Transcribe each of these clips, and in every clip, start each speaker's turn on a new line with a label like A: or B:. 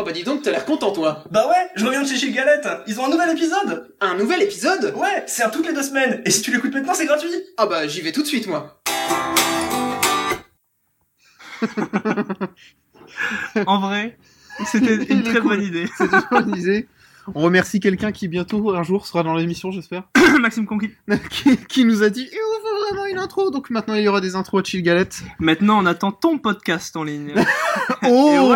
A: Oh bah dis donc, t'as l'air content toi
B: Bah ouais, je reviens de chez Gilles Galette. Ils ont un nouvel épisode.
A: Un nouvel épisode
B: Ouais, c'est un toutes les deux semaines. Et si tu l'écoutes maintenant, c'est gratuit.
A: Ah bah j'y vais tout de suite moi
C: En vrai, c'était une
D: Il est
C: très
D: cool.
C: bonne idée.
D: C'est toujours une idée. On remercie quelqu'un qui bientôt un jour sera dans l'émission, j'espère,
C: Maxime Conqui.
D: qui, qui nous a dit il vous faut vraiment une intro. Donc maintenant il y aura des intros à Chill Galette.
C: Maintenant, on attend ton podcast en ligne. Et
D: Oh,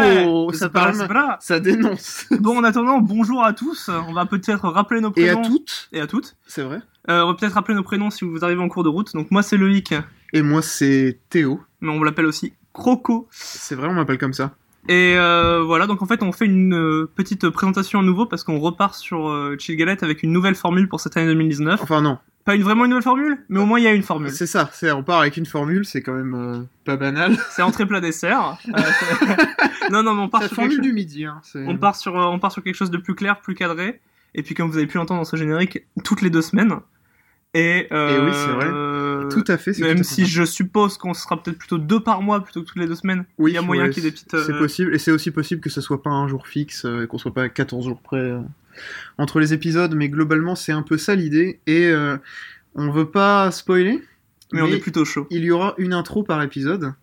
C: ouais,
D: ça
C: c'est pas-
D: parle,
C: c'est pas là.
D: ça dénonce.
C: Bon, en attendant, bonjour à tous. On va peut-être rappeler nos
D: Et à
C: prénoms.
D: toutes,
C: Et à toutes.
D: c'est vrai.
C: Euh, on va peut-être rappeler nos prénoms si vous arrivez en cours de route. Donc moi, c'est Loïc,
D: Et moi c'est Théo.
C: mais on l'appelle aussi Croco.
D: C'est vrai, on m'appelle comme ça.
C: Et euh, voilà, donc en fait, on fait une euh, petite présentation à nouveau parce qu'on repart sur euh, Chill Galette avec une nouvelle formule pour cette année 2019.
D: Enfin non,
C: Pas une, vraiment une nouvelle formule, mais au moins il y a une formule.
D: c'est ça. C'est on part avec une formule, c'est quand même euh, pas banal.
C: C'est entrée plat dessert. Euh, non, non, mais on part
D: la
C: sur quelque
D: formule du midi. Hein, c'est-
C: On part sur euh, on part sur quelque chose de plus clair, plus cadré. Et puis comme vous avez pu l'entendre dans ce générique, toutes les deux semaines. Et, euh,
D: Et oui, c'est vrai.
C: euh,
D: Tout à fait. c'est tout
C: Même
D: à fait
C: si
D: ça.
C: je suppose qu'on sera peut-être plutôt deux par mois plutôt que toutes les deux semaines. il y a moyen
D: ouais,
C: qu'il y ait des petites.
D: C'est
C: euh,
D: possible, et c'est aussi possible que ce soit pas un jour fixe euh, et qu'on soit pas à 14 jours près euh, entre les épisodes, mais globalement c'est un peu ça l'idée. Et euh, on veut pas spoiler,
C: Mais, on est plutôt chaud.
D: il y aura une intro par épisode,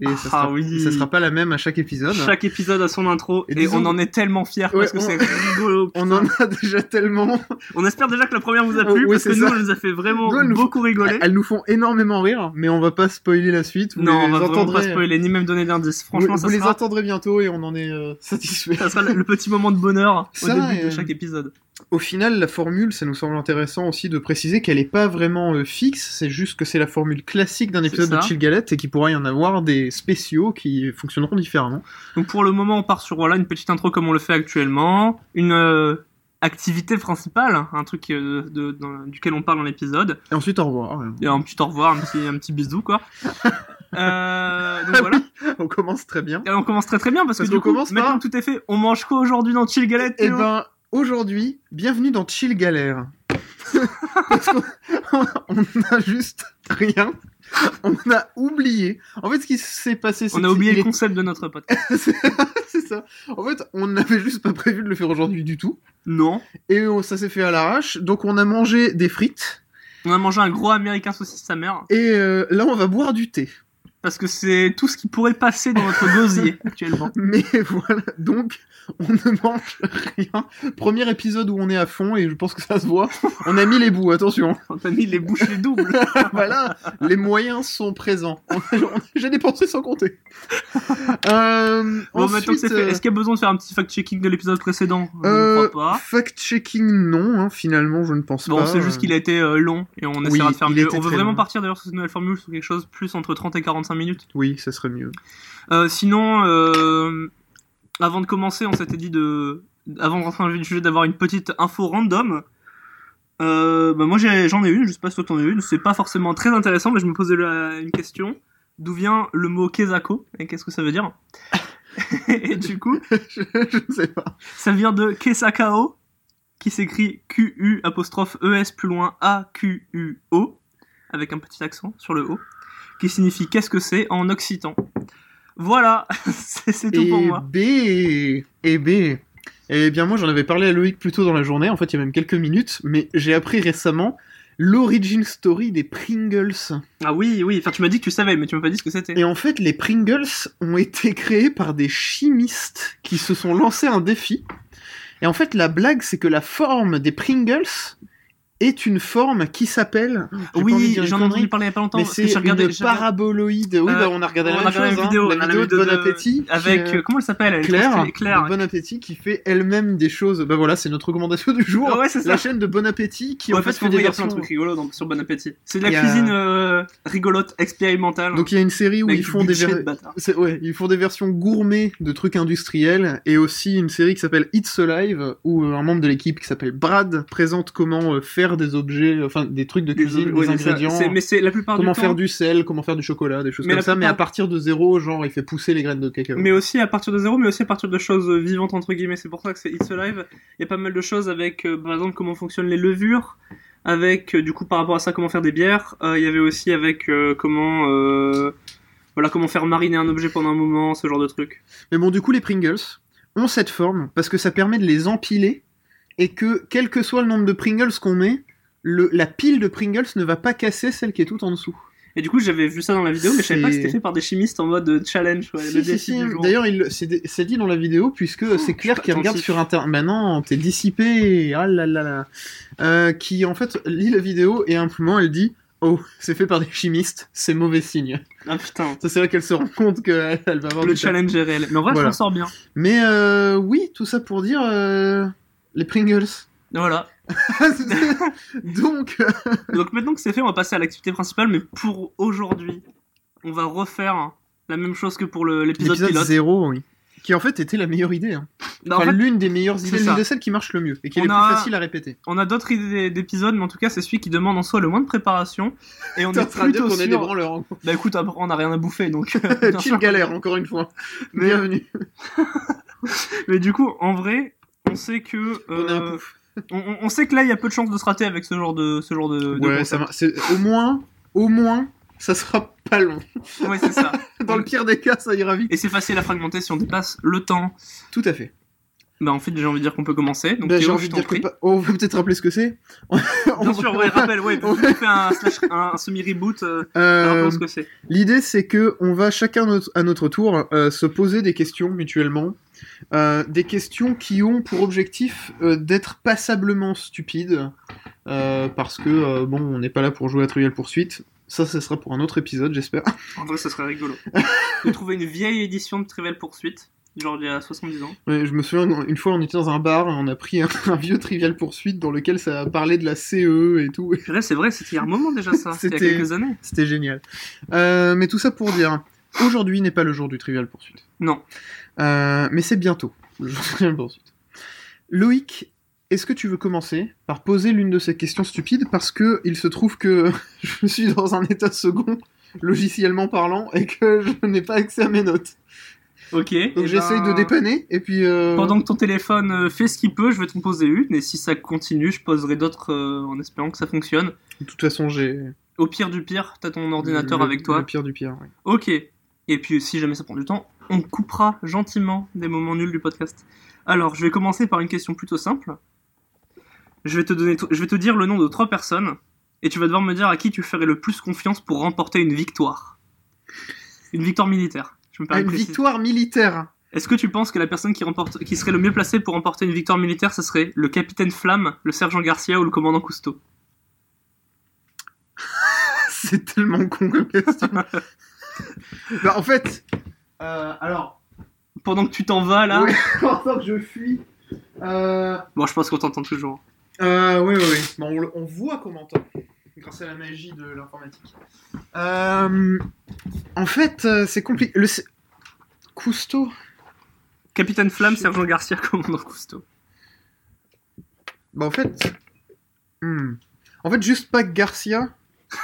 D: et
C: Ah,
D: ça, sera,
C: oui.
D: ça sera pas la même à chaque épisode.
C: Chaque épisode a son intro
D: Et
C: et,
D: disons-
C: on en est tellement fiers parce que
D: Ouais, on-
C: c'est rigolo.
D: On en a déjà tellement.
C: On espère déjà que la première vous a plu
D: Oui,
C: parce que
D: c'est
C: nous
D: ça.
C: elle nous a fait vraiment
D: Nous, elle nous-
C: beaucoup rigoler.
D: Elles nous font énormément rire, mais on va pas spoiler la suite. Vous
C: Non,
D: les
C: on va vraiment pas
D: entendrez... euh,
C: spoiler ni même donner d'indices. Franchement,
D: vous,
C: ça
D: vous les
C: sera,
D: entendrez bientôt et on en est euh, satisfait.
C: ça sera le petit moment de bonheur au
D: Ça,
C: début de
D: euh,
C: chaque épisode.
D: Au final, la formule, ça nous semble intéressant aussi de préciser qu'elle n'est pas vraiment euh, fixe, c'est juste que c'est la formule classique d'un épisode
C: ça.
D: de Chill Galette et qu'il pourra y en avoir des spéciaux qui fonctionneront différemment.
C: Donc pour le moment, on part sur voilà une petite intro comme on le fait actuellement, une euh, activité principale, un truc euh, de- dans- duquel on parle dans l'épisode,
D: Et ensuite, au revoir.
C: et un petit au revoir, un petit, un petit bisou quoi. Euh, donc voilà,
D: on commence très bien.
C: Et on commence très très bien parce,
D: Parce
C: que du
D: qu'on
C: coup,
D: commence par-
C: maintenant que tout est fait, on mange quoi aujourd'hui dans Chill Galette
D: Et
C: Théo
D: ben, aujourd'hui, bienvenue dans Chill Galère. Parce qu'on on a juste rien. On a oublié. En fait, ce qui s'est passé, c'est
C: On a
D: que
C: oublié
D: il
C: le
D: est-
C: concept de notre podcast.
D: c'est c'est ça. En fait, on n'avait juste pas prévu de le faire aujourd'hui du tout.
C: Non,
D: Et on- ça s'est fait à l'arrache. Donc on a mangé des frites.
C: on a mangé un gros américain saucisse sa mère
D: Et euh, là, on va boire du thé.
C: parce que c'est tout ce qui pourrait passer dans notre gosier actuellement.
D: Mais voilà, donc on ne mange rien. Premier épisode où on est à fond et je pense que ça se voit. On a mis les bouts, attention.
C: On a mis les bouchées doubles.
D: voilà, les moyens sont présents. On a- on a- J'ai dépensé sans compter. Euh,
C: Bon, maintenant que
D: ensuite,
C: c'est fait, est-ce qu'il y a besoin de faire un petit fact-checking de l'épisode précédent Je ne
D: euh,
C: crois pas.
D: fact-checking, non, hein, finalement, je ne pense
C: Bon,
D: pas.
C: c'est juste qu'il a été euh, long et on
D: Ah. Oui,
C: essaiera de faire
D: il
C: mieux.
D: était
C: On veut
D: très
C: vraiment
D: long.
C: partir d'ailleurs sur cette nouvelle formule sur quelque chose plus entre 30 et 45 minutes.
D: Oui, ça serait mieux.
C: Euh, sinon, euh, avant de commencer, on s'était dit de, avant de rentrer dans le vif du sujet, d'avoir une petite info random. Euh, bah, moi j'ai- j'en ai une, je sais pas si toi t'en as une, c'est pas forcément très intéressant, mais je me posais la- une question. D'où vient le mot Kezako et qu'est-ce que ça veut dire Et du coup,
D: je je ne sais pas.
C: ça vient de Kesakao, qui s'écrit Q-U apostrophe E-S plus loin A-Q-U-O, avec un petit accent sur le O, qui signifie qu'est-ce que c'est en occitan. Voilà, c'est c'est tout
D: Et
C: pour moi.
D: B, et B. Eh bien, moi, j'en avais parlé à Loïc plus tôt dans la journée, en fait, il y a même quelques minutes, mais j'ai appris récemment l'origin story des Pringles.
C: Ah oui, oui, enfin tu m'as dit que tu savais, mais tu m'as pas dit ce que c'était.
D: Et en fait, les Pringles ont été créés par des chimistes qui se sont lancés un défi. Et en fait, la blague, c'est que la forme des Pringles est une forme qui s'appelle. j'ai pas envie de
C: Oh, Oui,
D: dire une
C: j'en ai entendu
D: connerie,
C: parler il y a pas longtemps,
D: Mais
C: parce que
D: c'est
C: j'ai
D: une
C: regardé j'ai regardé-
D: paraboloïde. Oui,
C: Euh,
D: bah, on a regardé
C: on
D: la
C: a
D: même
C: regardé la
D: chose. hein.
C: vidéo,
D: La
C: on a la
D: vidéo de
C: vidéo
D: Bon
C: de-
D: Appétit. qui,
C: avec,
D: euh,
C: euh, comment elle s'appelle elle
D: Claire,
C: est- Claire.
D: de Bon Appétit, qui fait elle-même des choses. Bah voilà, c'est notre recommandation du jour.
C: Ah ouais, c'est ça.
D: La chaîne de Bon Appétit qui
C: Ouais,
D: en fait
C: parce
D: fait
C: qu'on
D: des
C: voit, il y a plein
D: versions.
C: de trucs rigolos dans- sur Bon Appétit. C'est de
D: Il y
C: la
D: a-
C: cuisine euh, rigolote, expérimentale.
D: Donc il y a une série où
C: hein. avec
D: ils
C: du
D: font des
C: budget de
D: ver-
C: bâtard.
D: C'est- ouais, ils font des versions gourmets de trucs industriels et aussi une série qui s'appelle It's Alive où euh, un membre de l'équipe qui s'appelle Brad présente comment euh, faire des objets, euh, enfin des trucs de
C: Des
D: cuisine,
C: ouais,
D: des
C: c'est ça.
D: ingrédients,
C: C'est- Mais c'est la plupart
D: comment
C: du temps.
D: faire du sel, comment faire du chocolat, des choses
C: Mais
D: comme
C: la
D: ça, mais
C: plupart-
D: à partir de zéro, genre il fait pousser les graines de cacao.
C: mais aussi à partir de zéro, mais aussi à partir de choses euh, vivantes entre guillemets. C'est pour ça que c'est It's Alive. Il y a pas mal de choses avec, euh, par exemple, comment fonctionnent les levures, avec euh, du coup par rapport à ça comment faire des bières. Euh, Il y avait aussi avec euh, comment, euh, voilà, comment faire mariner un objet pendant un moment, ce genre de truc.
D: Mais bon, du coup les Pringles ont cette forme parce que ça permet de les empiler et que quel que soit le nombre de Pringles qu'on met, le, la pile de Pringles ne va pas casser celle qui est tout en dessous.
C: Et du coup, j'avais vu ça dans la vidéo, mais je savais pas que
D: C'est-
C: c'était fait par des chimistes en mode euh, challenge. ouais,
D: Si,
C: le
D: si,
C: défi
D: si.
C: du jour.
D: D'ailleurs, il- c'est dé- c'est dit dans la vidéo, puisque c'est clair
C: pas
D: qu'il regarde
C: attentif.
D: sur internet. Ben non, t'es dissipé. Ah là là là. Euh, qui en fait lit la vidéo et à un moment elle dit Oh, c'est fait par des chimistes, c'est mauvais signe.
C: Ah putain,
D: Ça, c'est là qu'elle se rend compte qu'elle elle va avoir
C: le
D: du talent.
C: challenge est réel. Mais en vrai, je
D: Voilà.
C: m'en sors bien.
D: Mais euh, oui, tout ça pour dire euh, les Pringles.
C: Voilà.
D: Ah, Donc, euh,
C: Donc maintenant que c'est fait, on va passer à l'activité principale, mais pour aujourd'hui, on va refaire la même chose que pour le- l'épisode
D: l'épisode
C: pilote.
D: 0, oui. Qui en fait était la meilleure idée. hein.
C: Bah, en
D: Enfin,
C: fait,
D: l'une des meilleures
C: c'est
D: idées, l'une
C: ça.
D: de celles qui marche le mieux et qui est
C: On
D: la
C: a-
D: plus facile à répéter.
C: on a d'autres idées d'épisodes, mais en tout cas, c'est celui qui demande en soi le moins de préparation. Et on
D: T'es en
C: est
D: train de dire
C: plutôt
D: qu'on est des
C: sûr.
D: branleurs. hein.
C: Bah écoute, après, on a rien à bouffer, donc. euh, bien
D: Team
C: sûr.
D: galère, encore une fois.
C: Mais-
D: Bienvenue.
C: Mais du coup, en vrai, on sait que.
D: On est un
C: euh, on- on- on sait que là, il y a peu de chances de se rater avec ce genre de, ce genre de, de
D: Ouais,
C: concept.
D: ça va. C'est- Au moins, au moins, ça sera pas long.
C: Ouais, c'est ça.
D: Dans le pire des cas, ça ira vite.
C: Et c'est facile à fragmenter si on dépasse le temps.
D: Tout à fait.
C: Bah en fait, j'ai envie de dire qu'on peut commencer. Donc
D: Bah, j'ai
C: Théo,
D: envie
C: je
D: de
C: t'en
D: dire que
C: prie.
D: pa- on va peut-être rappeler ce que c'est.
C: Bien sûr, ouais, rappelle, ouais, on fait un, slash- un semi-reboot, euh,
D: Euh,
C: rappelons ce que c'est.
D: L'idée, c'est que on va chacun notre- à notre tour euh, se poser des questions mutuellement, euh, des questions qui ont pour objectif euh, d'être passablement stupides, euh, parce que euh, bon, on n'est pas là pour jouer à Trivial Poursuite. Ça, ce sera pour un autre épisode, j'espère.
C: En vrai, ça serait rigolo. De trouver une vieille édition de Trivial Poursuite, genre il y a 70 ans.
D: Ouais, je me souviens, une fois, on était dans un bar, on a pris un, un vieux Trivial Poursuite dans lequel ça parlait de la CE et tout.
C: Purée, c'est vrai, c'était il y a un moment déjà ça, c'était il y
D: C'était-
C: a quelques années.
D: C'était génial. Euh, mais tout ça pour dire, aujourd'hui n'est pas le jour du Trivial Poursuite.
C: Non.
D: Euh, mais c'est bientôt le jour du Trivial Poursuite. Loïc, est-ce que tu veux commencer par poser l'une de ces questions stupides Parce que il se trouve que je suis dans un état second, logiciellement parlant, et que je n'ai pas accès à mes notes.
C: Ok.
D: Donc j'essaye de dépanner, et puis... euh,
C: Eh ben, Pendant que ton téléphone euh, fait ce qu'il peut, je vais t'en poser une, et si ça continue, je poserai d'autres euh, en espérant que ça fonctionne.
D: De toute façon, j'ai...
C: Au pire du pire, t'as ton ordinateur
D: le-
C: avec toi.
D: Le pire du pire, oui.
C: Ok. Et puis si jamais ça prend du temps, on coupera gentiment des moments nuls du podcast. Alors, je vais commencer par une question plutôt simple. Je vais te donner, je vais te dire le nom de trois personnes et tu vas devoir me dire à qui tu ferais le plus confiance pour remporter une victoire. Une victoire militaire. Je me
D: Ah,
C: permets de
D: une
C: préciser.
D: victoire militaire.
C: Est-ce que tu penses que la personne qui remporte, qui serait le mieux placée pour remporter une victoire militaire, ce serait le capitaine Flamme, le sergent Garcia ou le commandant Cousteau
D: C'est tellement con comme question. bah, en fait. euh, alors.
C: Pendant que tu t'en vas là,
D: Ouais, pendant que je fuis. Euh...
C: bon, je pense qu'on t'entend toujours.
D: Euh, ouais, ouais, ouais. Bon, on, le- on voit qu'on m'entend. Grâce à la magie de l'informatique. Euh, en fait, euh, c'est compliqué. Le... c- Cousteau
C: Capitaine Flamme, sergent Garcia, commandant Cousteau.
D: Bah, en fait. hmm. En fait, juste pas Garcia.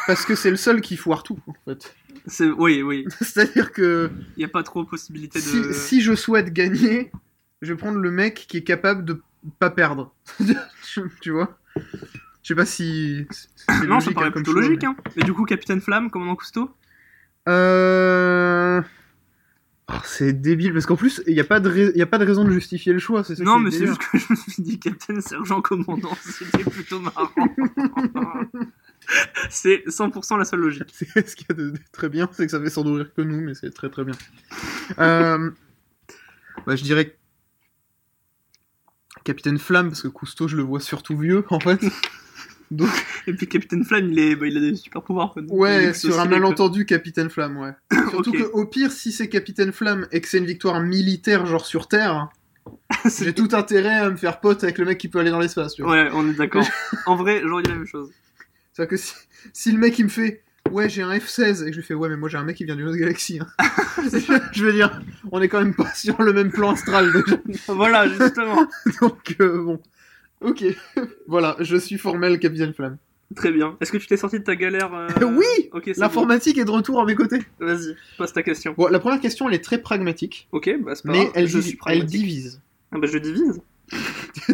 D: Parce que c'est le seul qui foire tout, en fait.
C: C'est oui, oui.
D: C'est-à-dire que.
C: Il n'y a pas trop possibilité de.
D: si, si je souhaite gagner, je vais prendre le mec qui est capable de pas perdre. tu vois Je sais pas si. c'est- c'est
C: non, ça
D: logique, hein,
C: paraît
D: comme
C: plutôt
D: choix,
C: logique.
D: mais-
C: Hein. Mais du coup, Capitaine Flamme, Commandant Cousteau
D: Euh. oh, c'est débile parce qu'en plus, il n'y a, pas de rais- y a pas de raison de justifier le choix. c'est ça
C: Non,
D: qui est
C: mais c'est
D: délire.
C: juste que je me suis dit Capitaine Sergent Commandant, c'était plutôt marrant. c'est 100% la seule logique.
D: C'est- Ce qu'il y a de, de très bien, c'est que ça fait sans nourrir que nous, mais c'est très très bien. Euh, bah, je dirais Capitaine Flamme, parce que Cousteau, je le vois surtout vieux en fait.
C: Et puis Capitaine Flamme, il, est... bah, il a des super pouvoirs. quoi. Donc, il
D: Ouais,
C: est
D: sur un
C: exaucé, quoi.
D: malentendu Capitaine Flamme, ouais. Surtout
C: Ok.
D: que au pire, si c'est Capitaine Flamme et que c'est une victoire militaire genre sur Terre,
C: C'est-
D: j'ai tout intérêt à me faire pote avec le mec qui peut aller dans l'espace. tu vois.
C: Ouais, on est d'accord. en vrai, j'aurais dit la même chose.
D: C'est-à-dire que si, si le mec il me fait ouais j'ai un F-16 et que je lui fais ouais mais moi j'ai un mec qui vient d'une autre galaxie, hein. je veux dire on est quand même pas sur le même plan astral déjà.
C: Voilà, justement.
D: Donc euh, bon, ok, voilà, je suis formel Capitaine Flamme.
C: Très bien. Est-ce que tu t'es sorti de ta galère euh,
D: Oui
C: Ok, c'est bon.
D: L'informatique est de retour à mes côtés.
C: Vas-y, pose ta question.
D: Bon, la première question elle est très pragmatique,
C: Ok, bah c'est pas
D: mais
C: grave,
D: elle,
C: je
D: divi-
C: suis
D: elle
C: pragmatique.
D: divise.
C: Ah bah je divise.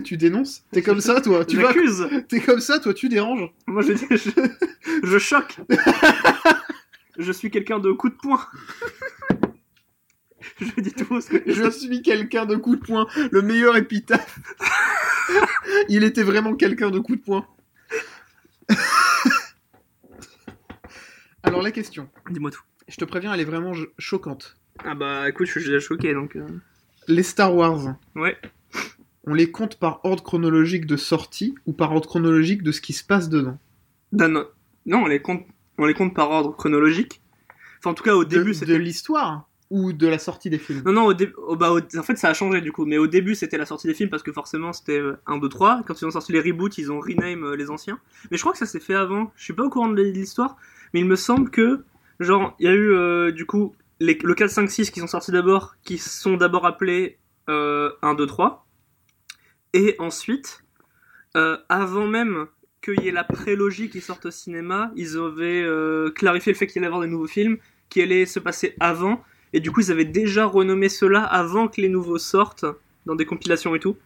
D: tu dénonces T'es comme ça, toi Tu vas...
C: J'accuse
D: T'es comme ça, toi, tu déranges
C: Moi je dis, je, je choque. je suis quelqu'un de coup de poing. Je dis tout. ce que-
D: Je suis quelqu'un de coup de poing. Le meilleur épitaphe. Il était vraiment quelqu'un de coup de poing. Alors la question,
C: Dis-moi tout.
D: je te préviens, elle est vraiment ch- choquante.
C: Ah bah écoute, je suis déjà choqué donc. euh,
D: Les Star Wars.
C: Ouais.
D: On les compte par ordre chronologique de sortie ou par ordre chronologique de ce qui se passe dedans.
C: Dan- Non, on les compte, on les compte par ordre chronologique. Enfin, en tout cas, au début,
D: de, de
C: c'était.
D: l'histoire ou de la sortie des films.
C: Non, non, au dé- oh, bah, au- en fait, ça a changé du coup. Mais au début, c'était la sortie des films parce que forcément, c'était euh, 1, 2, 3. Quand ils ont sorti les reboots, ils ont rename euh, les anciens. Mais je crois que ça s'est fait avant. Je suis pas au courant de l'histoire. Mais il me semble que, genre, il y a eu euh, du coup les- le 4, 5, 6 qui sont sortis d'abord, qui sont d'abord appelés euh, 1, 2, 3. Et ensuite, euh, avant même qu'il y ait la prélogie qui sorte au cinéma, ils avaient euh, clarifié le fait qu'il allait y avoir des nouveaux films, qui allaient se passer avant. Et du coup, ils avaient déjà renommé cela avant que les nouveaux sortent, dans des compilations et tout.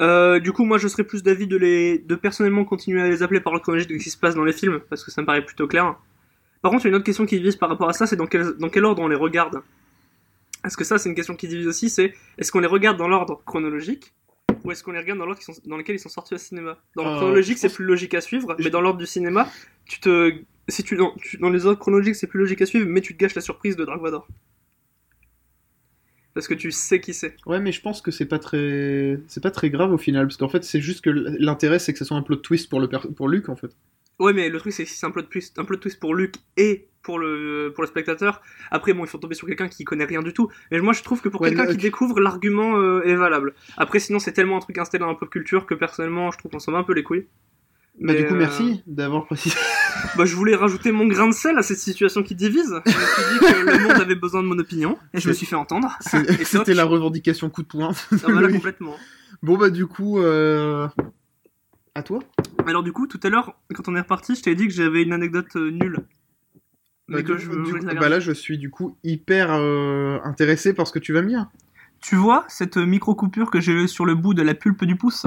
C: Euh, du coup, moi, je serais plus d'avis de, les... de personnellement continuer à les appeler par le chronologique de ce qui se passe dans les films, parce que ça me paraît plutôt clair. Par contre, il y a une autre question qui divise par rapport à ça, c'est dans quel... dans quel ordre on les regarde. Est-ce que ça, c'est une question qui divise aussi, c'est est-ce qu'on les regarde dans l'ordre chronologique ou est-ce qu'on les regarde dans l'ordre qui sont- dans lequel ils sont sortis au cinéma Dans l'ordre
D: Euh,
C: chronologique,
D: je
C: c'est
D: pense-
C: plus logique à suivre,
D: Je-
C: mais dans l'ordre du cinéma, tu te... Si tu... Dans, tu- dans les ordres chronologiques, c'est plus logique à suivre, mais tu te gâches la surprise de Dark Vador. Parce que tu sais qui c'est.
D: Ouais, mais je pense que c'est pas très, c'est pas très grave au final, parce qu'en fait, c'est juste que l'intérêt, c'est que ce soit un plot twist pour le per- pour Luke, en fait.
C: Ouais, mais le truc, c'est que si c'est un plot twist, un plot twist pour Luc et pour le, pour le spectateur, après, bon, il faut tomber sur quelqu'un qui connaît rien du tout. Mais moi, je trouve que pour
D: Ouais, euh,
C: quelqu'un
D: Luke.
C: qui découvre, l'argument euh, est valable. Après, sinon, c'est tellement un truc installé dans la pop culture que personnellement, je trouve qu'on s'en va un peu les couilles.
D: Bah,
C: Mais,
D: du coup,
C: euh,
D: merci d'avoir précisé.
C: Bah, je voulais rajouter mon grain de sel à cette situation qui divise. Je me suis dit que le monde avait besoin de mon opinion, et je me suis fait entendre.
D: C'est-
C: Et
D: C'était
C: toc.
D: la revendication coup de poing. de
C: Ah, voilà,
D: Loïc.
C: complètement.
D: Bon, bah, du coup, euh, à toi.
C: Alors, du coup, tout à l'heure, quand on est reparti, je t'ai dit que j'avais une anecdote euh, nulle. Mais
D: Bah,
C: que
D: du-
C: je
D: du
C: voulais
D: coup-
C: la
D: bah, là, je suis du coup hyper euh, intéressé par ce que tu vas me dire.
C: Tu vois cette euh, micro-coupure que j'ai sur le bout de la pulpe du pouce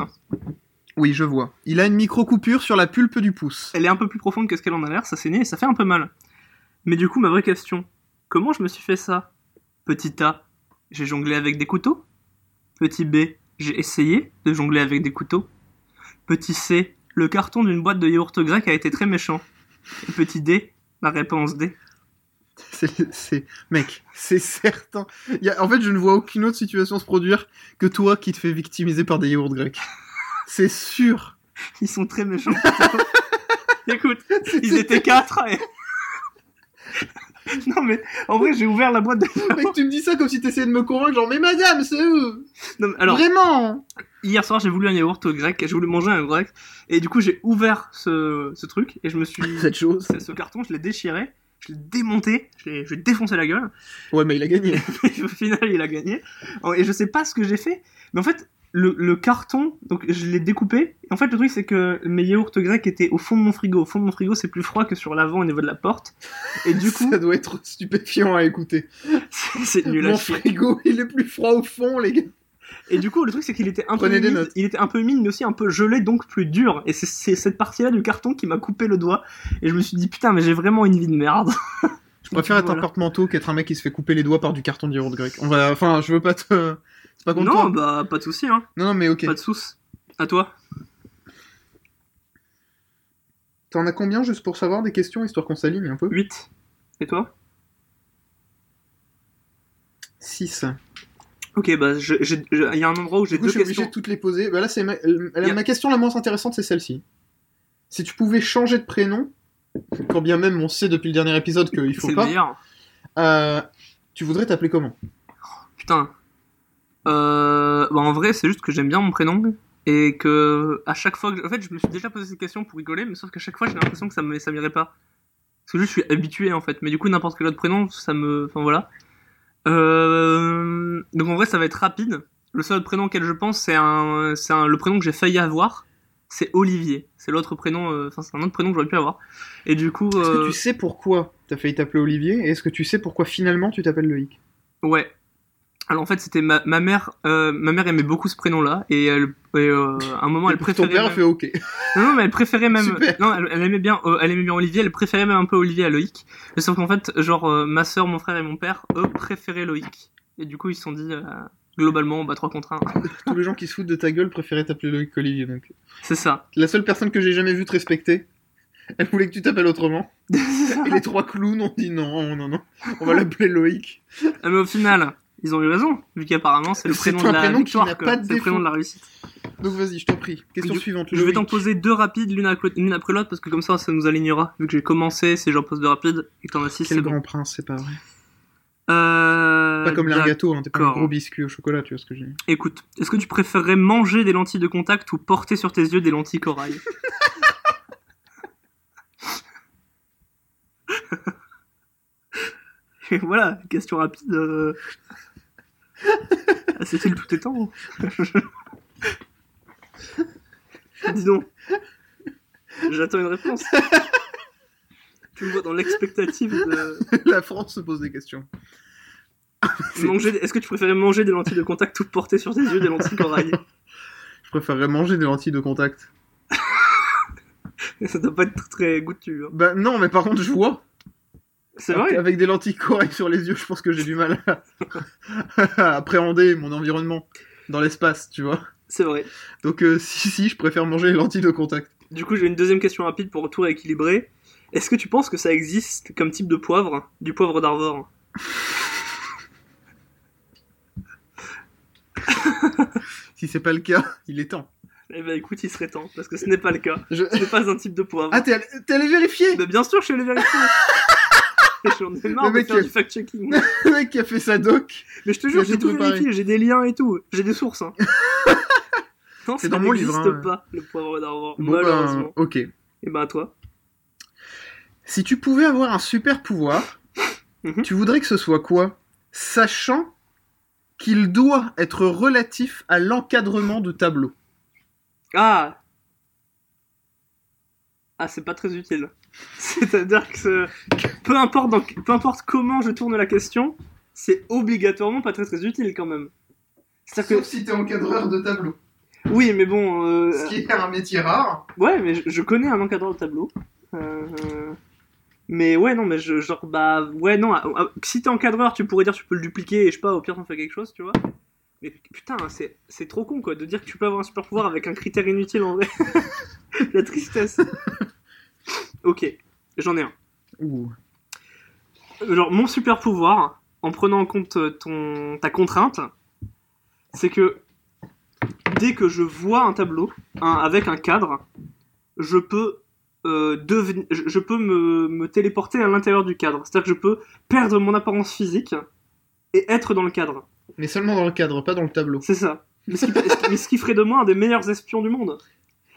D: Oui, je vois. Il a une micro coupure sur la pulpe du pouce.
C: Elle est un peu plus profonde que ce qu'elle en a l'air, ça saignait et ça fait un peu mal. Mais du coup, ma vraie question, comment je me suis fait ça Petit A, j'ai jonglé avec des couteaux. Petit B, j'ai essayé de jongler avec des couteaux. Petit C, le carton d'une boîte de yaourt grec a été très méchant. Et petit D, la réponse D.
D: C'est, c'est- mec, c'est certain. Il y a- En fait, je ne vois aucune autre situation se produire que toi qui te fais victimiser par des yaourts grecs. C'est sûr.
C: Ils sont très méchants. Écoute, ils étaient quatre. et- non mais, en vrai, j'ai ouvert la boîte de...
D: Mec, tu me dis ça comme si t'essayais de me convaincre, genre, mais madame, c'est eux.
C: Non, mais alors,
D: Vraiment.
C: Hier soir, j'ai voulu un yaourt au grec, j'ai voulu manger un grec, et du coup, j'ai ouvert ce, ce truc, et je me suis.
D: Cette chose.
C: ce, ce carton, je l'ai déchiré, je l'ai démonté, je l'ai je l'ai défoncé la gueule,
D: Ouais, mais il a gagné.
C: et au final, il a gagné. Et je sais pas ce que j'ai fait, mais en fait, le, le carton, donc je l'ai découpé, et en fait, le truc, c'est que mes yaourts grecs étaient au fond de mon frigo. Au fond de mon frigo, c'est plus froid que sur l'avant au niveau de la porte, et du coup,
D: ça doit être stupéfiant à écouter.
C: c'est c'est nul à
D: Mon
C: chier.
D: frigo, il est plus froid au fond, les gars.
C: Et du coup, le truc, c'est qu'il était un peu
D: Prenez des
C: humide,
D: notes.
C: il était un peu humide, mais aussi un peu gelé, donc plus dur. Et c'est- c'est cette partie-là du carton qui m'a coupé le doigt. Et je me suis dit, putain, mais j'ai vraiment une vie de merde.
D: Je préfère être
C: Voilà.
D: un porte-manteau qu'être un mec qui se fait couper les doigts par du carton de yaourt grec. On va, enfin, je veux pas te. C'est pas contre
C: Non,
D: toi.
C: bah, pas de soucis, hein.
D: Non, non, mais ok.
C: Pas de soucis. À toi.
D: T'en as combien juste pour savoir des questions, histoire qu'on s'aligne un peu
C: 8. Et toi
D: 6.
C: Ok, bah, je- j'ai- je- il y a un endroit où j'ai
D: Du coup,
C: deux
D: je suis obligé
C: questions.
D: de toutes les poser. Bah là, c'est ma... euh, la-
C: Y a-
D: ma question la moins intéressante, c'est celle-ci. Si tu pouvais changer de prénom, quand bien même on sait depuis le dernier épisode qu'il
C: C'est
D: faut
C: le
D: pas,
C: meilleur.
D: euh, tu voudrais t'appeler comment
C: Putain. Euh, bah, en vrai, c'est juste que j'aime bien mon prénom. Et que, à chaque fois que. En fait, je me suis déjà posé cette question pour rigoler, mais sauf qu'à chaque fois, j'ai l'impression que ça me- ça m'irait pas. Parce que juste, je suis habitué, en fait. Mais du coup, n'importe quel autre prénom, ça me. Enfin, voilà. Euh, Donc, en vrai, ça va être rapide. Le seul autre prénom auquel je pense, c'est un... c'est un... le prénom que j'ai failli avoir. C'est Olivier. C'est l'autre prénom. euh, Enfin, c'est un autre prénom que j'aurais pu avoir. Et du coup.
D: Est-ce
C: euh,
D: que tu sais pourquoi t'as failli t'appeler Olivier Et est-ce que tu sais pourquoi finalement tu t'appelles Loïc
C: Ouais. Alors en fait, c'était ma, ma mère. euh, ma mère aimait beaucoup ce prénom-là et, elle, et, euh, à un moment, elle
D: Ton
C: préférait.
D: père
C: même-
D: fait OK.
C: Non, non, mais elle préférait même.
D: Super.
C: Non, elle, elle aimait bien. euh, elle aimait bien Olivier. Elle préférait même un peu Olivier à Loïc. Mais sauf qu'en fait, genre euh, ma sœur, mon frère et mon père, eux préféraient Loïc. Et du coup, ils se sont dit, euh, globalement, bah 3 contre 1.
D: Tous les gens qui se foutent de ta gueule préféraient t'appeler Loïc Olivier. Donc.
C: C'est ça.
D: La seule personne que j'ai jamais vue te respecter, elle voulait que tu t'appelles autrement. Et les trois clowns ont dit non, non, non, on va l'appeler Loïc.
C: Ah, Mais au final, ils ont eu raison, vu qu'apparemment, c'est le
D: C'est
C: prénom
D: un
C: de la
D: prénom qui n'a
C: victoire,
D: pas
C: quoi.
D: de
C: C'est le prénom
D: défaut.
C: de la réussite.
D: Donc vas-y, je t'en prie. Question
C: Je-
D: suivante.
C: Je vais
D: Loïc.
C: t'en poser deux rapides, l'une après, l'une après l'autre, parce que comme ça, ça nous alignera. Vu que j'ai commencé, si j'en pose deux rapides, et que t'en as six,
D: Quel
C: c'est bon.
D: grand prince, c'est pas vrai.
C: Euh,
D: Pas comme les
C: d'ac-
D: gâteau, hein, t'es pas un
C: d'accord.
D: gros biscuit au chocolat, tu vois ce que j'ai dit.
C: Écoute, est-ce que tu préférerais manger des lentilles de contact ou porter sur tes yeux des lentilles corail Et voilà, question rapide. euh. Ah, C'est-il tout hein étant Dis donc, j'attends une réponse. Tu me vois dans l'expectative de
D: La France se pose des questions. C'est-
C: manger. des- Est-ce que tu préférais manger des lentilles de contact ou porter sur tes yeux des lentilles corail
D: Je préférerais manger des lentilles de contact.
C: Ça doit pas être très goûtu. hein.
D: Bah non, mais par contre, je vois.
C: C'est vrai
D: Avec des lentilles correctes sur les yeux, je pense que j'ai du mal à... à appréhender mon environnement dans l'espace, tu vois.
C: C'est vrai.
D: Donc euh, si, si, je préfère manger les lentilles de contact.
C: Du coup, j'ai une deuxième question rapide pour tout rééquilibrer. Est-ce que tu penses que ça existe comme type de poivre Du poivre d'Arvor
D: Si c'est pas le cas, il est temps.
C: Eh ben écoute, il serait temps, parce que ce n'est pas le cas.
D: Je-
C: Ce n'est pas un type de poivre.
D: Ah, t'es allé, t'es allé vérifier
C: Mais bien sûr, je suis allé vérifier J'en ai marre
D: Le
C: de
D: mec
C: faire
D: qui a-
C: du fact-checking.
D: Le mec qui a fait sa doc,
C: Mais je te
D: Il
C: jure,
D: a
C: j'ai
D: tout
C: tout
D: préparé.
C: vérifié, j'ai des liens et tout, j'ai des sources. hein. non, ça
D: C'est dans mon livre,
C: n'existe
D: hein.
C: pas, le poivre d'Arvor,
D: Bon,
C: malheureusement.
D: ben, ok.
C: Et ben à toi.
D: Si tu pouvais avoir un super pouvoir,
C: Mhm.
D: tu voudrais que ce soit quoi Sachant qu'il doit être relatif à l'encadrement de tableau.
C: Ah Ah, c'est pas très utile. C'est-à-dire que ce- peu, importe dans- peu importe comment je tourne la question, c'est obligatoirement pas très très utile quand même. C'est-à-dire
D: si t'es encadreur de tableau,
C: que. Oui, mais bon. euh,
D: qui est un métier rare.
C: Ouais, mais je, je connais un encadreur de tableau. Euh, Mais ouais, non, mais je, genre, bah. Ouais, non. ah, ah, Si t'es encadreur, tu pourrais dire tu peux le dupliquer et je sais pas, au pire, on fait quelque chose, tu vois. Mais putain, hein, c'est c'est trop con quoi de dire que tu peux avoir un super pouvoir avec un critère inutile en vrai. La tristesse. ok, j'en ai un.
D: Ouh.
C: Genre, mon super pouvoir, en prenant en compte euh, ton, ta contrainte, c'est que dès que je vois un tableau un- avec un cadre, je peux, euh, deveni- je, je peux me, me téléporter à l'intérieur du cadre. C'est-à-dire que je peux perdre mon apparence physique et être dans le cadre.
D: Mais seulement dans le cadre, pas dans le tableau.
C: C'est ça. Mais ce, qui, mais ce qui ferait de moi un des meilleurs espions du monde.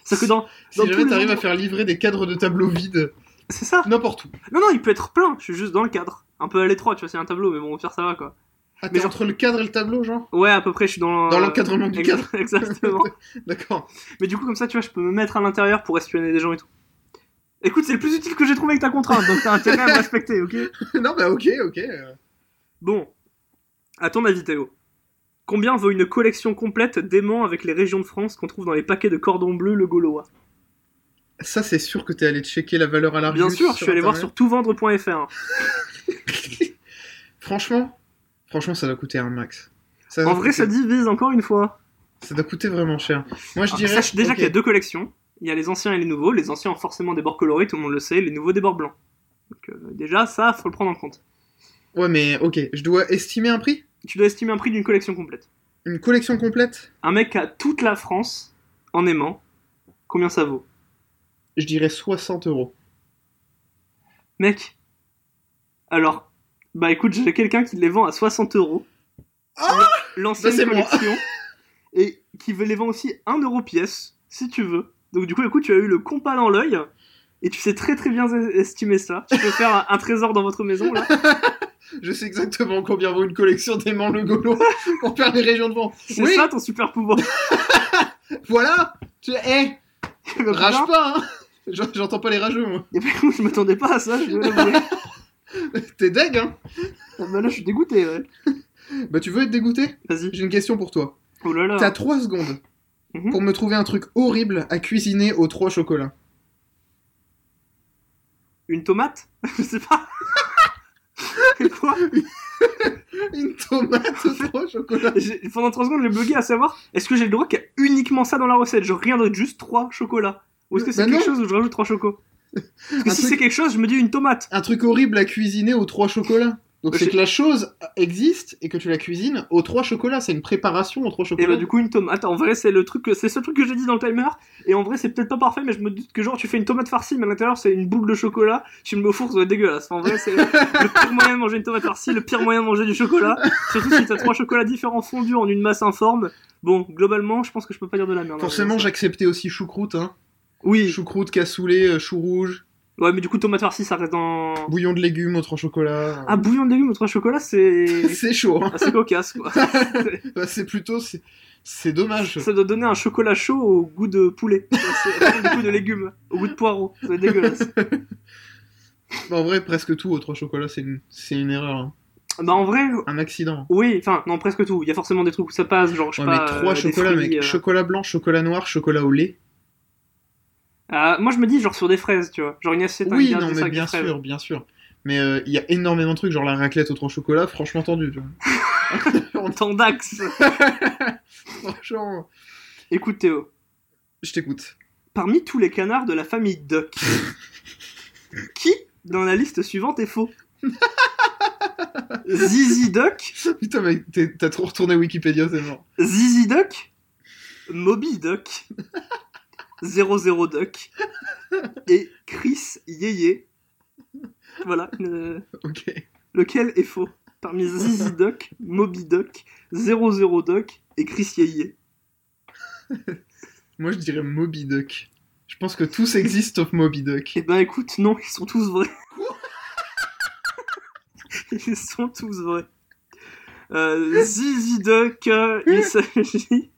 C: C'est-à-dire que dans.
D: Si
C: dans tous
D: jamais
C: les
D: t'arrives à
C: endroits-
D: faire livrer des cadres de tableau vides,
C: C'est ça.
D: n'importe où.
C: Non, non, il peut être plein. Je suis juste dans le cadre. Un peu à l'étroit, tu vois, c'est un tableau, mais bon, au pire, ça va quoi.
D: Ah,
C: Mais
D: t'es
C: genre-
D: entre le cadre et le tableau, genre
C: Ouais, à peu près, je suis dans.
D: Dans l'encadrement du cadre.
C: Ex- Exactement.
D: D'accord.
C: Mais du coup, comme ça, tu vois, je peux me mettre à l'intérieur pour espionner des gens et tout. Écoute, c'est le plus utile que j'ai trouvé avec ta contrainte, donc t'as intérêt à me respecter, ok
D: non, bah ok, ok. euh,
C: Bon. À ton avis, Théo, combien vaut une collection complète d'aimants avec les régions de France qu'on trouve dans les paquets de cordon bleu le Gaulois
D: Ça, c'est sûr que t'es allé checker la valeur à l'arrière.
C: Bien sûr, je suis allé voir sur toutvendre.fr.
D: Franchement, franchement, ça doit coûter un max. Ça
C: En
D: doit
C: vrai,
D: coûter-
C: ça divise encore une fois.
D: ça doit coûter vraiment cher. Moi, je
C: Alors,
D: dirais.
C: Ah, Sache déjà
D: ok,
C: qu'il y a deux collections. Il y a les anciens et les nouveaux. Les anciens ont forcément des bords colorés, tout le monde le sait. Les nouveaux des bords blancs. Donc euh, déjà, ça, faut le prendre en compte.
D: Ouais, mais ok, je dois estimer un prix
C: Tu dois estimer un prix d'une collection complète.
D: Une collection complète
C: Un mec a toute la France en aimant. Combien ça vaut
D: Je dirais 60 euros.
C: Mec Alors, bah écoute, j'ai quelqu'un qui les vend à 60 euros.
D: Ah
C: L'ancienne
D: Bah, c'est moi.
C: collection. et qui veut les vendre aussi 1 euro pièce, si tu veux. Donc du coup, écoute, tu as eu le compas dans l'œil. Et tu sais très très bien es- estimer ça. Tu peux faire un- un trésor dans votre maison, là.
D: Je sais exactement combien vaut une collection d'aimants Le Gaulois pour faire les régions de vent.
C: C'est
D: Oui,
C: ça ton super pouvoir.
D: voilà Tu Eh
C: Eh ben,
D: Rage
C: putain,
D: pas, hein J'en- J'entends pas les rageux, moi.
C: eh ben, je m'attendais pas à ça, je vais l'avouer.
D: T'es deg, hein
C: Bah là, je suis dégoûté, ouais.
D: Bah, tu veux être dégoûté
C: Vas-y.
D: J'ai une question pour toi.
C: Oh là
D: T'as
C: là.
D: 3 secondes
C: Mhm.
D: pour me trouver un truc horrible à cuisiner aux trois chocolats.
C: Une tomate Je sais pas. Quoi
D: Une tomate au chocolat.
C: J'ai- Pendant 3 secondes, j'ai bugué à savoir est-ce que j'ai le droit qu'il y a uniquement ça dans la recette Genre rien d'autre, juste 3 chocolats Ou est-ce que c'est
D: Bah
C: quelque
D: non.
C: chose où je rajoute 3 chocos Parce que
D: Un
C: si
D: truc-
C: c'est quelque chose, je me dis une tomate.
D: Un truc horrible à cuisiner aux trois chocolats. Donc
C: Bah,
D: c'est
C: j'ai-
D: que la chose existe et que tu la cuisines aux trois chocolats. C'est une préparation aux trois
C: Et
D: chocolats.
C: bah du coup, une tomate. En vrai, c'est le truc, que- c'est ce truc que j'ai dit dans le timer. Et en vrai, c'est peut-être pas parfait, mais je me doute que genre tu fais une tomate farcie, mais à l'intérieur c'est une boule de chocolat. Tu me mets au four, ça doit être dégueulasse. Enfin, en vrai, c'est le pire moyen de manger une tomate farcie, le pire moyen de manger du chocolat. Surtout si t'as 3 chocolats différents fondus en une masse informe. Bon, globalement, je pense que je peux pas dire de la merde.
D: Forcément,
C: Ça.
D: j'acceptais aussi choucroute. Hein.
C: Oui,
D: Choucroute, cassoulet, euh, chou rouge,
C: ouais, mais du coup, tomate farcie, ça reste dans.
D: bouillon de légumes aux trois chocolats.
C: Ah, bouillon de légumes au trois chocolats, c'est.
D: c'est chaud. hein.
C: Ah, c'est cocasse, quoi.
D: Bah, c'est plutôt. c'est- C'est dommage.
C: Ça doit donner un chocolat chaud au goût de poulet. Ouais, c'est- au goût de légumes, au goût de poireaux. C'est dégueulasse.
D: Bah, en vrai, presque tout aux trois chocolats, c'est une, c'est une erreur. hein.
C: Bah, en vrai,
D: Un accident.
C: oui, enfin, non, presque tout. Il y a forcément des trucs où ça passe, genre, je sais
D: Ouais,
C: pas.
D: mais trois
C: euh, des
D: chocolats,
C: fruits,
D: mec.
C: euh.
D: Chocolat blanc, chocolat noir, chocolat au lait.
C: Ah, moi, je me dis, genre, sur des fraises, tu vois. Genre, une assiette, un
D: Oui,
C: milliard
D: non,
C: de
D: mais
C: sacs de
D: bien
C: fraises.
D: sûr, bien sûr. Mais euh, il y a énormément de trucs, genre la raclette aux trois chocolats, franchement tendu. tu vois.
C: Tandax.
D: franchement,
C: Écoute, Théo.
D: je t'écoute.
C: Parmi tous les canards de la famille Duck, qui dans la liste suivante est faux Zizi Duck,
D: Putain, mec, t'es- t'as trop retourné Wikipédia, c'est mort.
C: Zizi Duck, Moby Duck, 00 Duck et Chris Yeye. Voilà, euh,
D: Ok.
C: lequel est faux Parmi Zizi Duck, Moby Duck, 00 Duck et Chris Yeye.
D: Moi, je dirais Moby Duck. Je pense que tous existent sauf Moby Duck.
C: Eh ben écoute, non, ils sont tous vrais. ils sont tous vrais. Euh, Zizi Duck, euh, il s'agit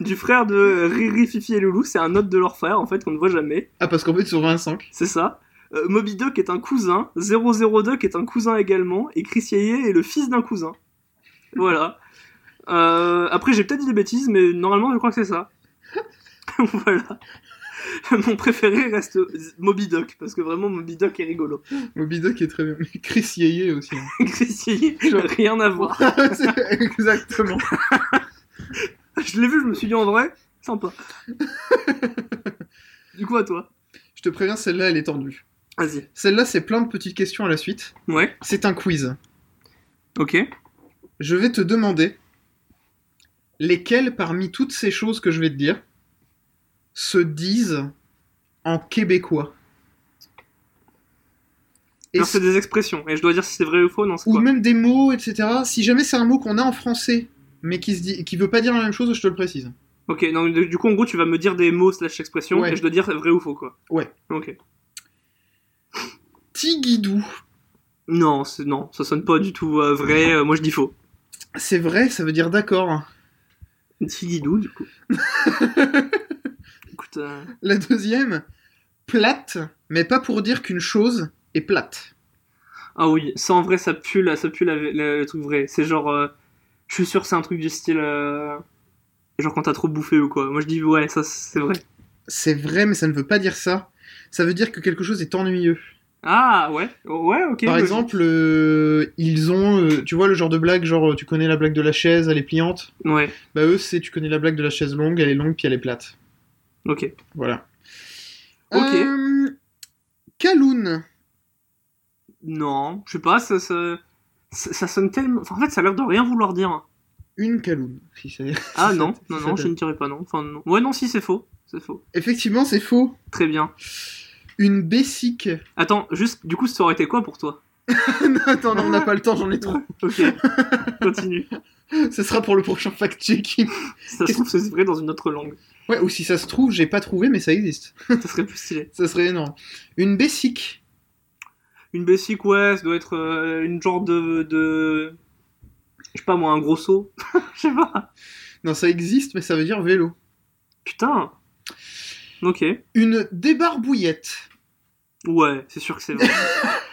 C: du frère de Riri, Fifi et Loulou. C'est un autre de leur frère, en fait, qu'on ne voit jamais.
D: Ah, parce qu'en fait, sur 25.
C: C'est ça. Euh, Moby Duck est un cousin. 00 Duck est un cousin également. Et Chris Yeye est le fils d'un cousin. Voilà. Euh, après, j'ai peut-être dit des bêtises, mais normalement, je crois que c'est ça. voilà. Mon préféré reste Moby Duck, parce que vraiment, Moby Duck est rigolo.
D: Moby Duck est très bien. Mais Chris Yeye aussi. hein.
C: Chrissy, rien à voir.
D: C'est- Exactement.
C: Je l'ai vu, je me suis dit en vrai, sympa. du coup, à toi.
D: Je te préviens, celle-là, elle est tendue.
C: Vas-y.
D: Celle-là, c'est plein de petites questions à la suite.
C: Ouais,
D: C'est un quiz.
C: ok.
D: Je vais te demander lesquelles parmi toutes ces choses que je vais te dire se disent en québécois. Et
C: Alors, c'est des expressions, et je dois dire si c'est vrai ou faux, non, c'est
D: ou
C: quoi
D: même des mots, etc. Si jamais c'est un mot qu'on a en français, mais qui se dit, qui veut pas dire la même chose, je te le précise.
C: Ok, non, du du coup, en gros, tu vas me dire des mots slash expressions,
D: Ouais.
C: et je dois dire vrai ou faux, quoi.
D: Ouais.
C: Ok.
D: Tigidou,
C: Non, c'est- non, ça sonne pas du tout euh, vrai, euh, moi je dis faux.
D: c'est vrai, ça veut dire d'accord.
C: Tigidou, du coup. Écoute, euh,
D: La deuxième, plate, mais pas pour dire qu'une chose est plate.
C: ah oui, ça en vrai, ça pue, là, ça pue la- la- le truc vrai. C'est genre, euh, je suis sûr, que c'est un truc du style, euh, genre quand t'as trop bouffé ou quoi. Moi je dis ouais, ça c'est vrai.
D: C'est vrai, mais ça ne veut pas dire ça. Ça veut dire que quelque chose est ennuyeux.
C: Ah ouais, ouais, ok.
D: Par
C: logique.
D: exemple, euh, ils ont, euh, tu vois le genre de blague, genre euh, tu connais la blague de la chaise, elle est pliante.
C: Ouais,
D: Bah eux, c'est tu connais la blague de la chaise longue, elle est longue puis elle est plate.
C: ok.
D: Voilà.
C: Ok.
D: Euh, Kaloun.
C: Non, je sais pas, ça, ça, ça, ça sonne tellement. Enfin, en fait, ça a l'air de rien vouloir dire.
D: Une Kaloun. Si c'est-
C: Ah
D: si
C: non,
D: ça- si
C: non,
D: ça
C: non,
D: te-
C: je ne dirais pas non. Enfin, non. Ouais, non, si c'est faux, c'est faux.
D: Effectivement, c'est faux.
C: Très bien.
D: Une bessique.
C: Attends, juste, du coup, ça aurait été quoi pour toi
D: non, attends, non, on n'a pas le temps, j'en ai trop.
C: Ok, continue.
D: Ce sera pour le prochain fact-checking.
C: Ça se trouve, c'est vrai dans une autre langue.
D: Ouais, ou si ça se trouve, j'ai pas trouvé, mais ça existe.
C: Ça serait plus stylé.
D: Ça serait énorme. Une bessique.
C: Une basic, ouais, ça doit être euh, une genre de, de. Je sais pas moi, un gros saut. Je sais pas.
D: Non, ça existe, mais ça veut dire vélo.
C: Putain. Ok.
D: Une débarbouillette.
C: Ouais, c'est sûr que c'est vrai.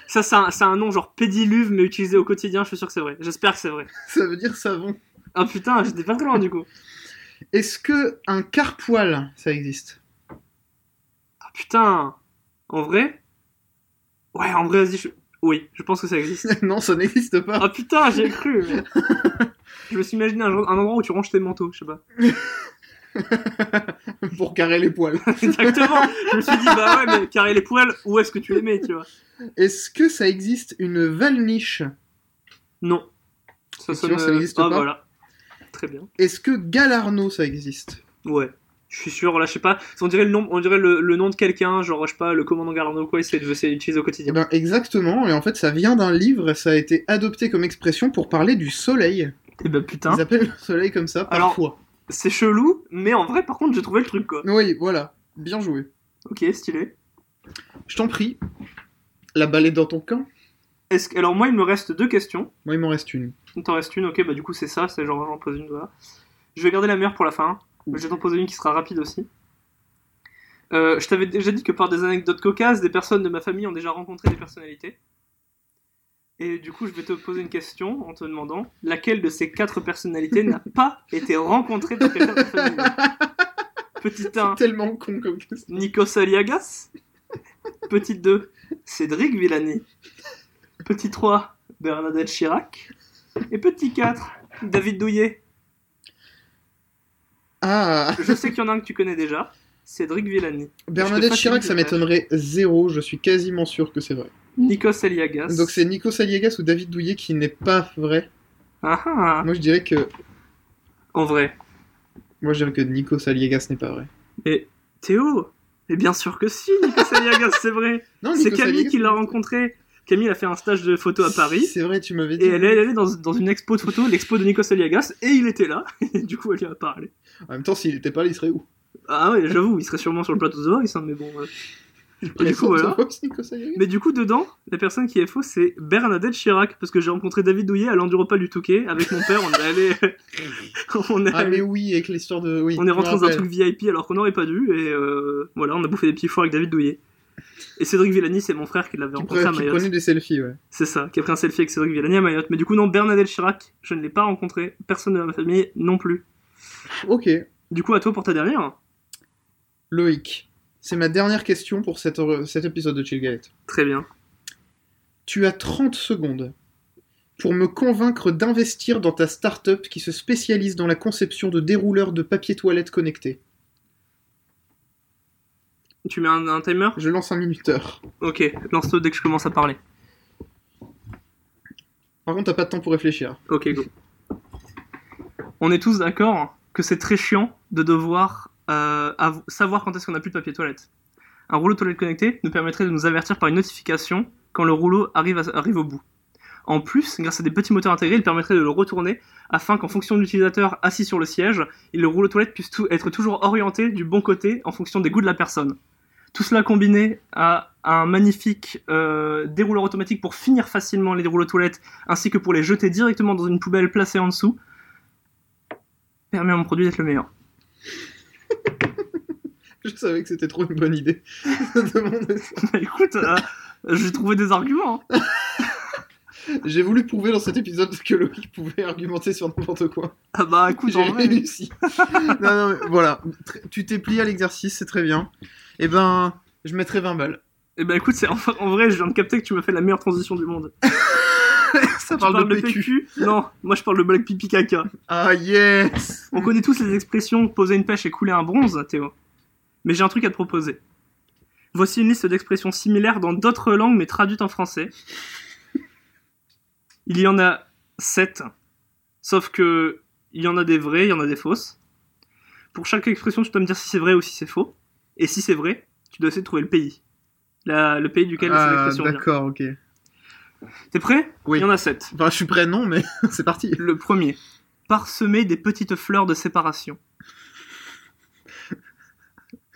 C: ça, c'est un, c'est un nom genre pédiluve, mais utilisé au quotidien, je suis sûr que c'est vrai. J'espère que c'est vrai.
D: Ça veut dire savon.
C: Ah putain, j'étais pas très loin du coup.
D: Est-ce que un carpoil, ça existe
C: Ah putain, en vrai Ouais, en vrai, vas-y, je... Oui, je pense que ça existe.
D: non, ça n'existe pas.
C: Ah putain, j'ai cru. mais- je me suis imaginé un, genre- un endroit où tu ranges tes manteaux, je sais pas.
D: Pour carrer les poils.
C: Exactement. Je me suis dit bah ouais, mais carré les poils, où est-ce que tu les mets, tu vois
D: Est-ce que ça existe une valniche
C: Non. Ça,
D: Effectivement, ça n'existe
C: ah,
D: pas.
C: voilà. Très bien.
D: Est-ce que Galarno, ça existe
C: Ouais. Je suis sûr, là, je sais pas. On dirait le nom, on dirait le, le nom de quelqu'un, genre, je sais pas, le commandant Garneau ou quoi, il s'est c'est utilisé au
D: Eh
C: quotidien.
D: ben, exactement, et en fait ça vient d'un livre, ça a été adopté comme expression pour parler du soleil.
C: Et bah putain.
D: Ils appellent le soleil comme ça
C: Alors-
D: parfois.
C: C'est chelou, mais en vrai, par contre, j'ai trouvé le truc, quoi.
D: Oui, voilà, bien joué.
C: Ok, stylé.
D: Je t'en prie, la balle est dans ton camp
C: Est-ce que... Alors, moi, il me reste deux questions.
D: Moi il m'en reste une.
C: Il t'en reste une, ok, bah du coup, c'est ça, c'est genre, j'en pose une, voilà. Je vais garder la meilleure pour la fin. mais Je vais t'en poser une qui sera rapide aussi. Euh, je t'avais déjà dit que par des anecdotes cocasses, des personnes de ma famille ont déjà rencontré des personnalités. Et du coup, je vais te poser une question en te demandant laquelle de ces quatre personnalités n'a pas été rencontrée par quelqu'un de ta famille Petit 1,
D: Tellement con comme question.
C: Nikos Aliagas. Petit 2, Cédric Villani. Petit 3, Bernadette Chirac. Et petit 4, David Douillet.
D: Ah,
C: Je sais qu'il y en a un que tu connais déjà, Cédric Villani.
D: Bernadette
C: facilite
D: Chirac, ça
C: la
D: m'étonnerait zéro, je suis quasiment sûr que c'est vrai.
C: Nikos Aliagas.
D: Donc c'est Nico Saliegas ou David Douillet qui n'est pas vrai.
C: Ah ah,
D: Moi je dirais que
C: en vrai.
D: moi je dirais que Nico Saliegas n'est pas vrai.
C: Mais Théo Mais bien sûr que si, Nikos Aliagas, c'est vrai.
D: Non,
C: C'est
D: Nico
C: Camille
D: Saliagas-
C: qui l'a rencontré. Camille a fait un stage de photo à Paris.
D: C'est vrai, tu m'avais dit.
C: Et elle est elle est allée dans, dans une expo de photos, l'expo de Nikos Aliagas, et il était là. Et du coup, elle lui a parlé.
D: En même temps, s'il était pas là, il serait où
C: Ah ouais, j'avoue, il serait sûrement sur le plateau de Voice, hein, mais bon. euh. Et du coup, voilà.
D: Nico Saliegas
C: Mais du coup, dedans, la personne qui est fausse, c'est Bernadette Chirac, parce que j'ai rencontré David Douillet à l'Enduropal du Touquet avec mon père. On est allé. on est
D: Ah
C: allé-
D: mais oui, avec l'histoire de... Oui,
C: On est rentré
D: je me
C: dans un
D: rappelle.
C: truc VIP alors qu'on n'aurait pas dû, et euh, voilà, on a bouffé des petits fours avec David Douillet. Et Cédric Villani, c'est mon frère qui l'avait
D: Qui,
C: rencontré
D: pre-
C: à
D: qui
C: Mayotte.
D: prenait des selfies, ouais.
C: C'est ça, qui a pris un selfie avec Cédric Villani à Mayotte. Mais du coup, non, Bernadette Chirac, je ne l'ai pas rencontré, personne de ma famille non plus.
D: Ok,
C: Du coup, à toi pour ta dernière.
D: Loïc. C'est ma dernière question pour cet, or- cet épisode de Chill Galette.
C: Très bien.
D: Tu as 30 secondes pour me convaincre d'investir dans ta start-up qui se spécialise dans la conception de dérouleurs de papier toilette connectés.
C: Tu mets un, un timer
D: Je lance un minuteur.
C: Ok, lance-le dès que je commence à parler.
D: Par contre, t'as pas de temps pour réfléchir.
C: Ok, go. On est tous d'accord que c'est très chiant de devoir euh, av- savoir quand est-ce qu'on n'a plus de papier toilette. Un rouleau toilette connecté nous permettrait de nous avertir par une notification quand le rouleau arrive, à- arrive au bout. En plus, grâce à des petits moteurs intégrés, il permettrait de le retourner afin qu'en fonction de l'utilisateur assis sur le siège, le rouleau toilette puisse tou- être toujours orienté du bon côté en fonction des goûts de la personne. Tout cela combiné à un magnifique euh, dérouleur automatique pour finir facilement les rouleaux toilettes ainsi que pour les jeter directement dans une poubelle placée en dessous, permet à mon produit d'être le meilleur.
D: Je savais que c'était trop une bonne idée. de demander ça.
C: Bah écoute, euh, j'ai trouvé des arguments. hein.
D: J'ai voulu prouver dans cet épisode que Loïc pouvait argumenter sur n'importe quoi.
C: Ah bah écoute,
D: J'ai
C: en vrai,
D: réussi. non, non, mais voilà. Tr- Tu t'es plié à l'exercice, c'est très bien. Eh ben, je mettrai 20 balles.
C: eh bah, écoute c'est, en, en vrai, je viens de capter que tu m'as fait la meilleure transition du monde.
D: Ça
C: Tu parles de PQ Non, moi je parle de black pipi caca.
D: Ah yes
C: On connaît tous les expressions poser une pêche et couler un bronze, Théo. Mais j'ai un truc à te proposer. Voici une liste d'expressions similaires dans d'autres langues mais traduites en français. Il y en a sept. Sauf que il y en a des vraies, il y en a des fausses. Pour chaque expression, tu dois me dire si c'est vrai ou si c'est faux. Et si c'est vrai, tu dois essayer de trouver le pays. La- le pays duquel cette
D: Ah,
C: expression vient.
D: d'accord, ok.
C: T'es prêt
D: Oui.
C: Il y en a sept.
D: Enfin, je suis prêt, non, mais c'est parti.
C: Le premier. Parsemer des petites fleurs de séparation.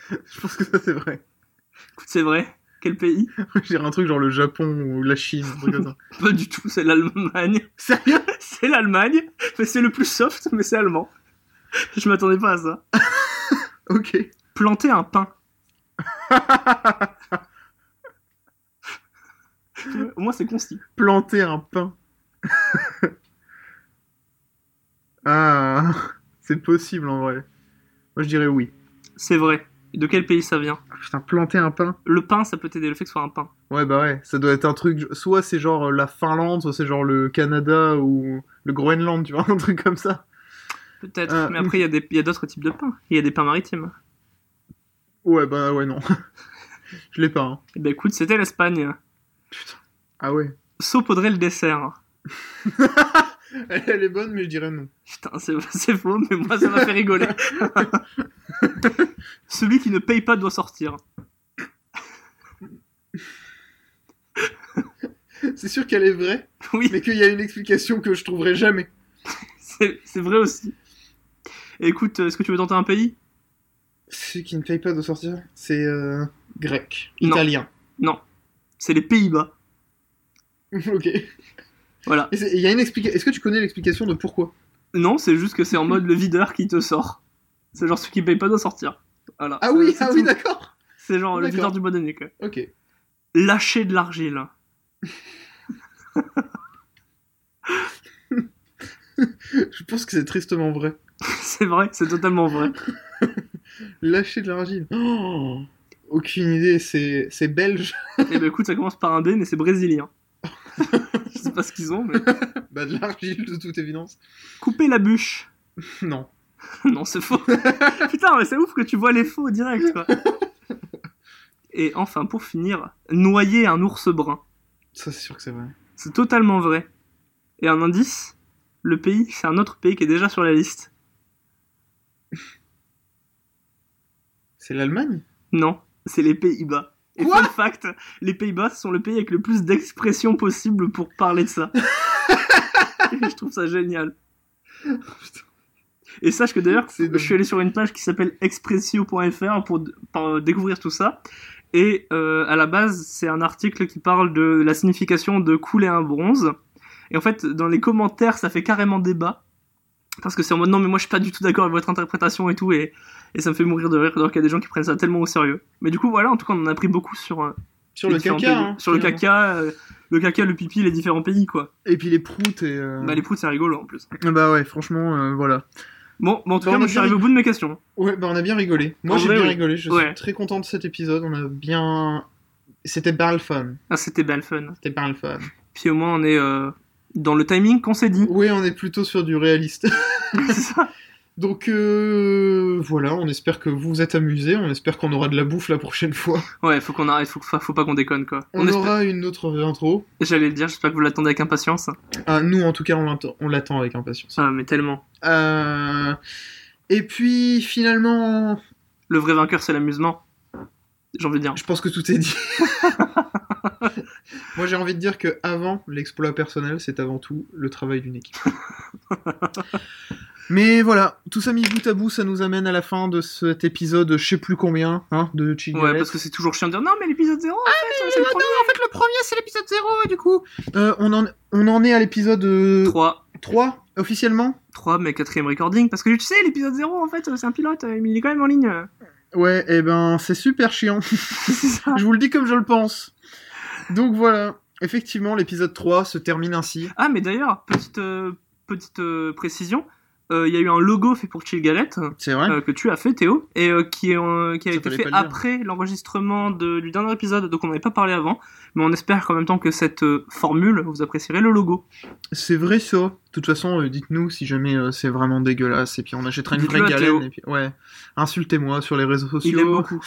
D: Je pense que ça, c'est vrai.
C: Écoute, c'est vrai. Quel pays
D: Je dirais un truc genre le Japon ou la Chine, un truc comme ça.
C: Pas du tout, c'est l'Allemagne.
D: Sérieux
C: C'est l'Allemagne, mais c'est le plus soft, mais c'est allemand. Je m'attendais pas à ça.
D: Ok.
C: Planter un pain. Au moins, c'est concis.
D: Planter un pain. ah, c'est possible en vrai. Moi, je dirais oui. Ah,
C: C'est vrai. De quel pays ça vient
D: Putain, planter un pain.
C: Le pain, ça peut t'aider, le fait que ce soit un pain.
D: Ouais, bah ouais, ça doit être un truc. Soit c'est genre euh, la Finlande, soit c'est genre le Canada ou le Groenland, tu vois, un truc comme ça.
C: Peut-être,
D: Euh,
C: mais après, il y a des- il y a d'autres types de pains. Il y a des pains maritimes.
D: Ouais, bah ouais, non. Je l'ai pas, hein.
C: Eh ben écoute, c'était l'Espagne.
D: Ah ouais.
C: Saupoudrer le dessert.
D: Elle, elle est bonne, mais je dirais non.
C: Putain, c'est c'est faux, mais moi, ça m'a fait rigoler. Celui qui ne paye pas doit sortir.
D: C'est sûr qu'elle est vraie,
C: Oui,
D: mais qu'il y a une explication que je trouverai jamais.
C: c'est c'est vrai aussi. Écoute, euh, est-ce que tu veux tenter un pays
D: Celui qui ne paye pas de sortir, c'est euh, grec,
C: Non.
D: italien.
C: C'est les Pays-Bas.
D: ok. Et
C: Voilà.
D: c'est- Il y a une explication. Est-ce que tu connais l'explication de pourquoi
C: Non, c'est juste que c'est en mode le videur qui te sort. C'est genre celui qui paye pas doit sortir. Voilà.
D: Ah
C: C'est-
D: oui,
C: Euh, c'est
D: ah
C: tout.
D: oui, d'accord.
C: C'est genre le
D: D'accord.
C: videur du bonnet, quoi.
D: Ok.
C: Lâcher de l'argile. hein.
D: Je pense que c'est tristement vrai.
C: c'est vrai, c'est totalement vrai.
D: Lâcher de l'argile. Oh, aucune idée, c'est c'est belge.
C: Et bah écoute, ça commence par un B, mais c'est brésilien. Je sais pas ce qu'ils ont, mais.
D: Bah de l'argile de toute évidence.
C: Couper la bûche.
D: Non.
C: non, c'est faux. Putain, mais c'est ouf que tu vois les faux direct, quoi. Et enfin, pour finir, noyer un ours brun.
D: Ça c'est sûr que c'est vrai.
C: C'est totalement vrai. Et un indice le pays, c'est un autre pays qui est déjà sur la liste.
D: C'est l'Allemagne
C: Non, c'est les Pays-Bas. Et fun
D: Quoi
C: fact, les Pays-Bas sont le pays avec le plus d'expressions possibles pour parler de ça. Et je trouve ça génial. Et sache que d'ailleurs,
D: C'est
C: je
D: dingue.
C: suis allé sur une page qui s'appelle expressio.fr pour, pour euh, découvrir tout ça. Et euh, à la base, c'est un article qui parle de la signification de couler un bronze. Et en fait, dans les commentaires, ça fait carrément débat. Parce que c'est en mode non, mais moi je suis pas du tout d'accord avec votre interprétation et tout. Et, et ça me fait mourir de rire alors qu'il y a des gens qui prennent ça tellement au sérieux. Mais du coup, voilà, en tout cas, on en a appris beaucoup sur, euh,
D: Sur
C: les
D: le
C: différents
D: caca.
C: pays.
D: hein,
C: sur le
D: finalement.
C: caca, euh, le caca, le pipi, les différents pays quoi.
D: Et puis les proutes et. euh,
C: Bah, les proutes, c'est rigolo en plus.
D: ah bah ouais, franchement, euh, voilà.
C: Bon, bon, en tout
D: Bah,
C: cas,
D: on
C: moi
D: a
C: je suis
D: bien
C: arrivé au bout de mes questions.
D: Ouais, bah on a bien rigolé. Moi
C: En
D: j'ai
C: vrai,
D: bien
C: oui.
D: rigolé, je
C: Ouais.
D: suis très content de cet épisode, on a bien. C'était pas le fun.
C: Ah, c'était belle fun.
D: C'était pas le fun.
C: Puis au moins, on est euh, dans le timing qu'on s'est dit.
D: Oui, on est plutôt sur du réaliste.
C: C'est ça.
D: Donc euh, voilà, on espère que vous vous êtes amusés, on espère qu'on aura de la bouffe la prochaine fois.
C: ouais, faut qu'on arrête, faut, faut faut pas qu'on déconne quoi.
D: On,
C: On espère-
D: aura une autre intro.
C: J'allais le dire, j'espère que vous l'attendez avec impatience.
D: Ah, nous en tout cas, on l'attend- on l'attend avec impatience.
C: Ah, mais tellement.
D: Euh, et puis finalement,
C: Le vrai vainqueur, c'est l'amusement. J'ai envie de dire.
D: je pense que tout est dit. Moi j'ai envie de dire que avant l'exploit personnel, c'est avant tout le travail d'une équipe. Mais voilà, tout ça mis bout à bout, ça nous amène à la fin de cet épisode, je sais plus combien, hein, de Chigalette.
C: Ouais, parce que c'est toujours chiant de dire non, mais l'épisode 0,
D: Ah,
C: en fait, c'est le premier.
D: le premier, c'est l'épisode 0, et du coup, euh, on, en, on en est à l'épisode euh,
C: 3.
D: 3, officiellement
C: 3, mais quatrième recording. Parce que tu sais, l'épisode 0, en fait, c'est un pilote, euh, mais il est quand même en ligne. euh.
D: Ouais, et ben, c'est super chiant.
C: c'est ça.
D: je vous le dis comme je le pense. Donc voilà, effectivement, l'épisode 3 se termine ainsi.
C: Ah, mais d'ailleurs, petite, euh, petite euh, précision. euh, Il y a eu un logo fait pour Chill Galette euh,
D: C'est vrai
C: que tu as fait Théo et euh, qui, est, euh, qui a
D: Ça
C: été
D: fallait
C: fait
D: pas le dire.
C: après l'enregistrement de- du dernier épisode donc on n'avait pas parlé avant mais on espère qu'en même temps que cette euh, formule vous apprécierez le logo.
D: C'est vrai ça. De toute façon, euh, dites-nous si jamais euh, c'est vraiment dégueulasse, et puis on achètera une
C: Dites-le
D: vraie
C: à Théo.
D: galène. Et puis, ouais, insultez-moi sur les réseaux
C: Il aime
D: sociaux.
C: beaucoup.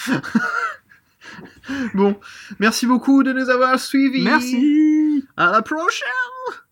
D: Bon, merci beaucoup de nous avoir suivis.
C: Merci.
D: À la prochaine